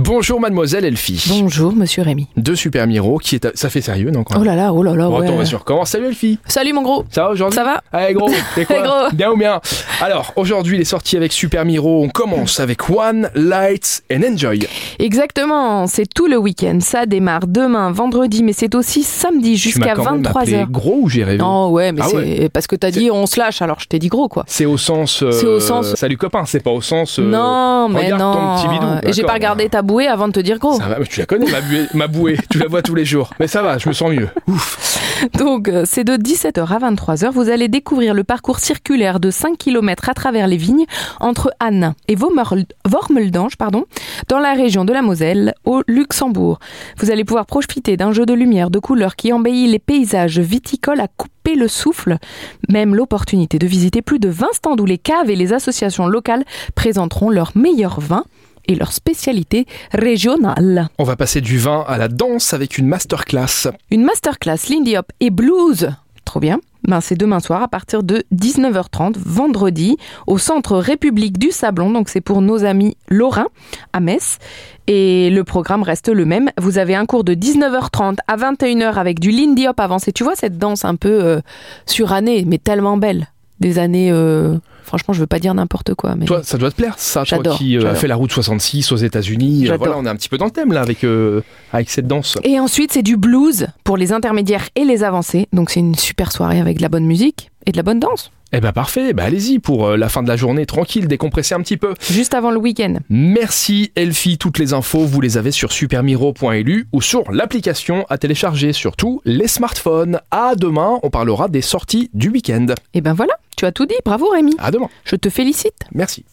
Bonjour mademoiselle Elfie. Bonjour, monsieur Rémi. Deux super miros qui est à- ça fait sérieux non quand Oh même. là là, oh là là. Bon, ouais. attends, Ah on va sur comment. Salut Elfie. Salut, mon gros. Ça va aujourd'hui Ça va Allez gros, t'es quoi Allez, gros. Bien ou bien Alors, aujourd'hui les sorties avec Super Miro, on commence avec One Lights and Enjoy. Exactement, c'est tout le week-end. Ça démarre demain, vendredi, mais c'est aussi samedi Tu m'as jusqu'à quand même appelé 23h. Gros ou j'ai rêvé Non, ouais, mais Ah c'est ouais. parce que t'as C'est- dit on se lâche, alors je t'ai dit gros, quoi. C'est au sens euh, C'est au sens- Salut copain, c'est pas au sens euh, non, mais regarde non. ton petit bidou. Et j'ai D'accord, pas regardé bah. ta bouée avant de te dire gros. Ça va, mais tu la connais ma buée, ma bouée, tu la vois tous les jours. Mais ça va, je me sens mieux. Donc, euh, c'est de 17h à 23h. Vous allez découvrir le parcours circulaire de 5 km à travers les vignes entre Anne et Vormel- Vormeldange, pardon, dans la région de la Moselle, au Luxembourg. Vous allez pouvoir profiter d'un jeu de lumière, de couleurs qui embellit les paysages viticoles à couper le souffle. Même l'opportunité de visiter plus de 20 stands où les caves et les associations locales présenteront leurs meilleurs vins et leurs spécialités régionales. On va passer du vin à la danse avec une masterclass. Une masterclass Lindy Hop et Blues. Trop bien. Ben, c'est demain soir à partir de 19h30, vendredi, au Centre République du Sablon. Donc c'est pour nos amis lorrains à Metz. Et le programme reste le même. Vous avez un cours de 19h30 à 21h avec du Lindy Hop avancé. Tu vois cette danse un peu euh, surannée, mais tellement belle. Des années... euh, franchement, je veux pas dire n'importe quoi. Mais... Toi, ça doit te plaire, ça, toi J'adore, qui euh, a j'adore. fait la route 66 aux États-Unis. Euh, J'adore. voilà, on est un petit peu dans le thème là avec, euh, avec cette danse. Et ensuite, c'est du blues pour les intermédiaires et les avancés. Donc c'est une super soirée avec de la bonne musique et de la bonne danse. Eh ben parfait, bah allez-y pour euh, la fin de la journée, tranquille, décompresser un petit peu. Juste avant le week-end. Merci Elfie, toutes les infos, vous les avez sur supermiro.lu ou sur l'application à télécharger sur tous les smartphones. À demain, on parlera des sorties du week-end. Eh Et ben voilà, tu as tout dit, bravo Rémi, À demain, je te félicite. merci.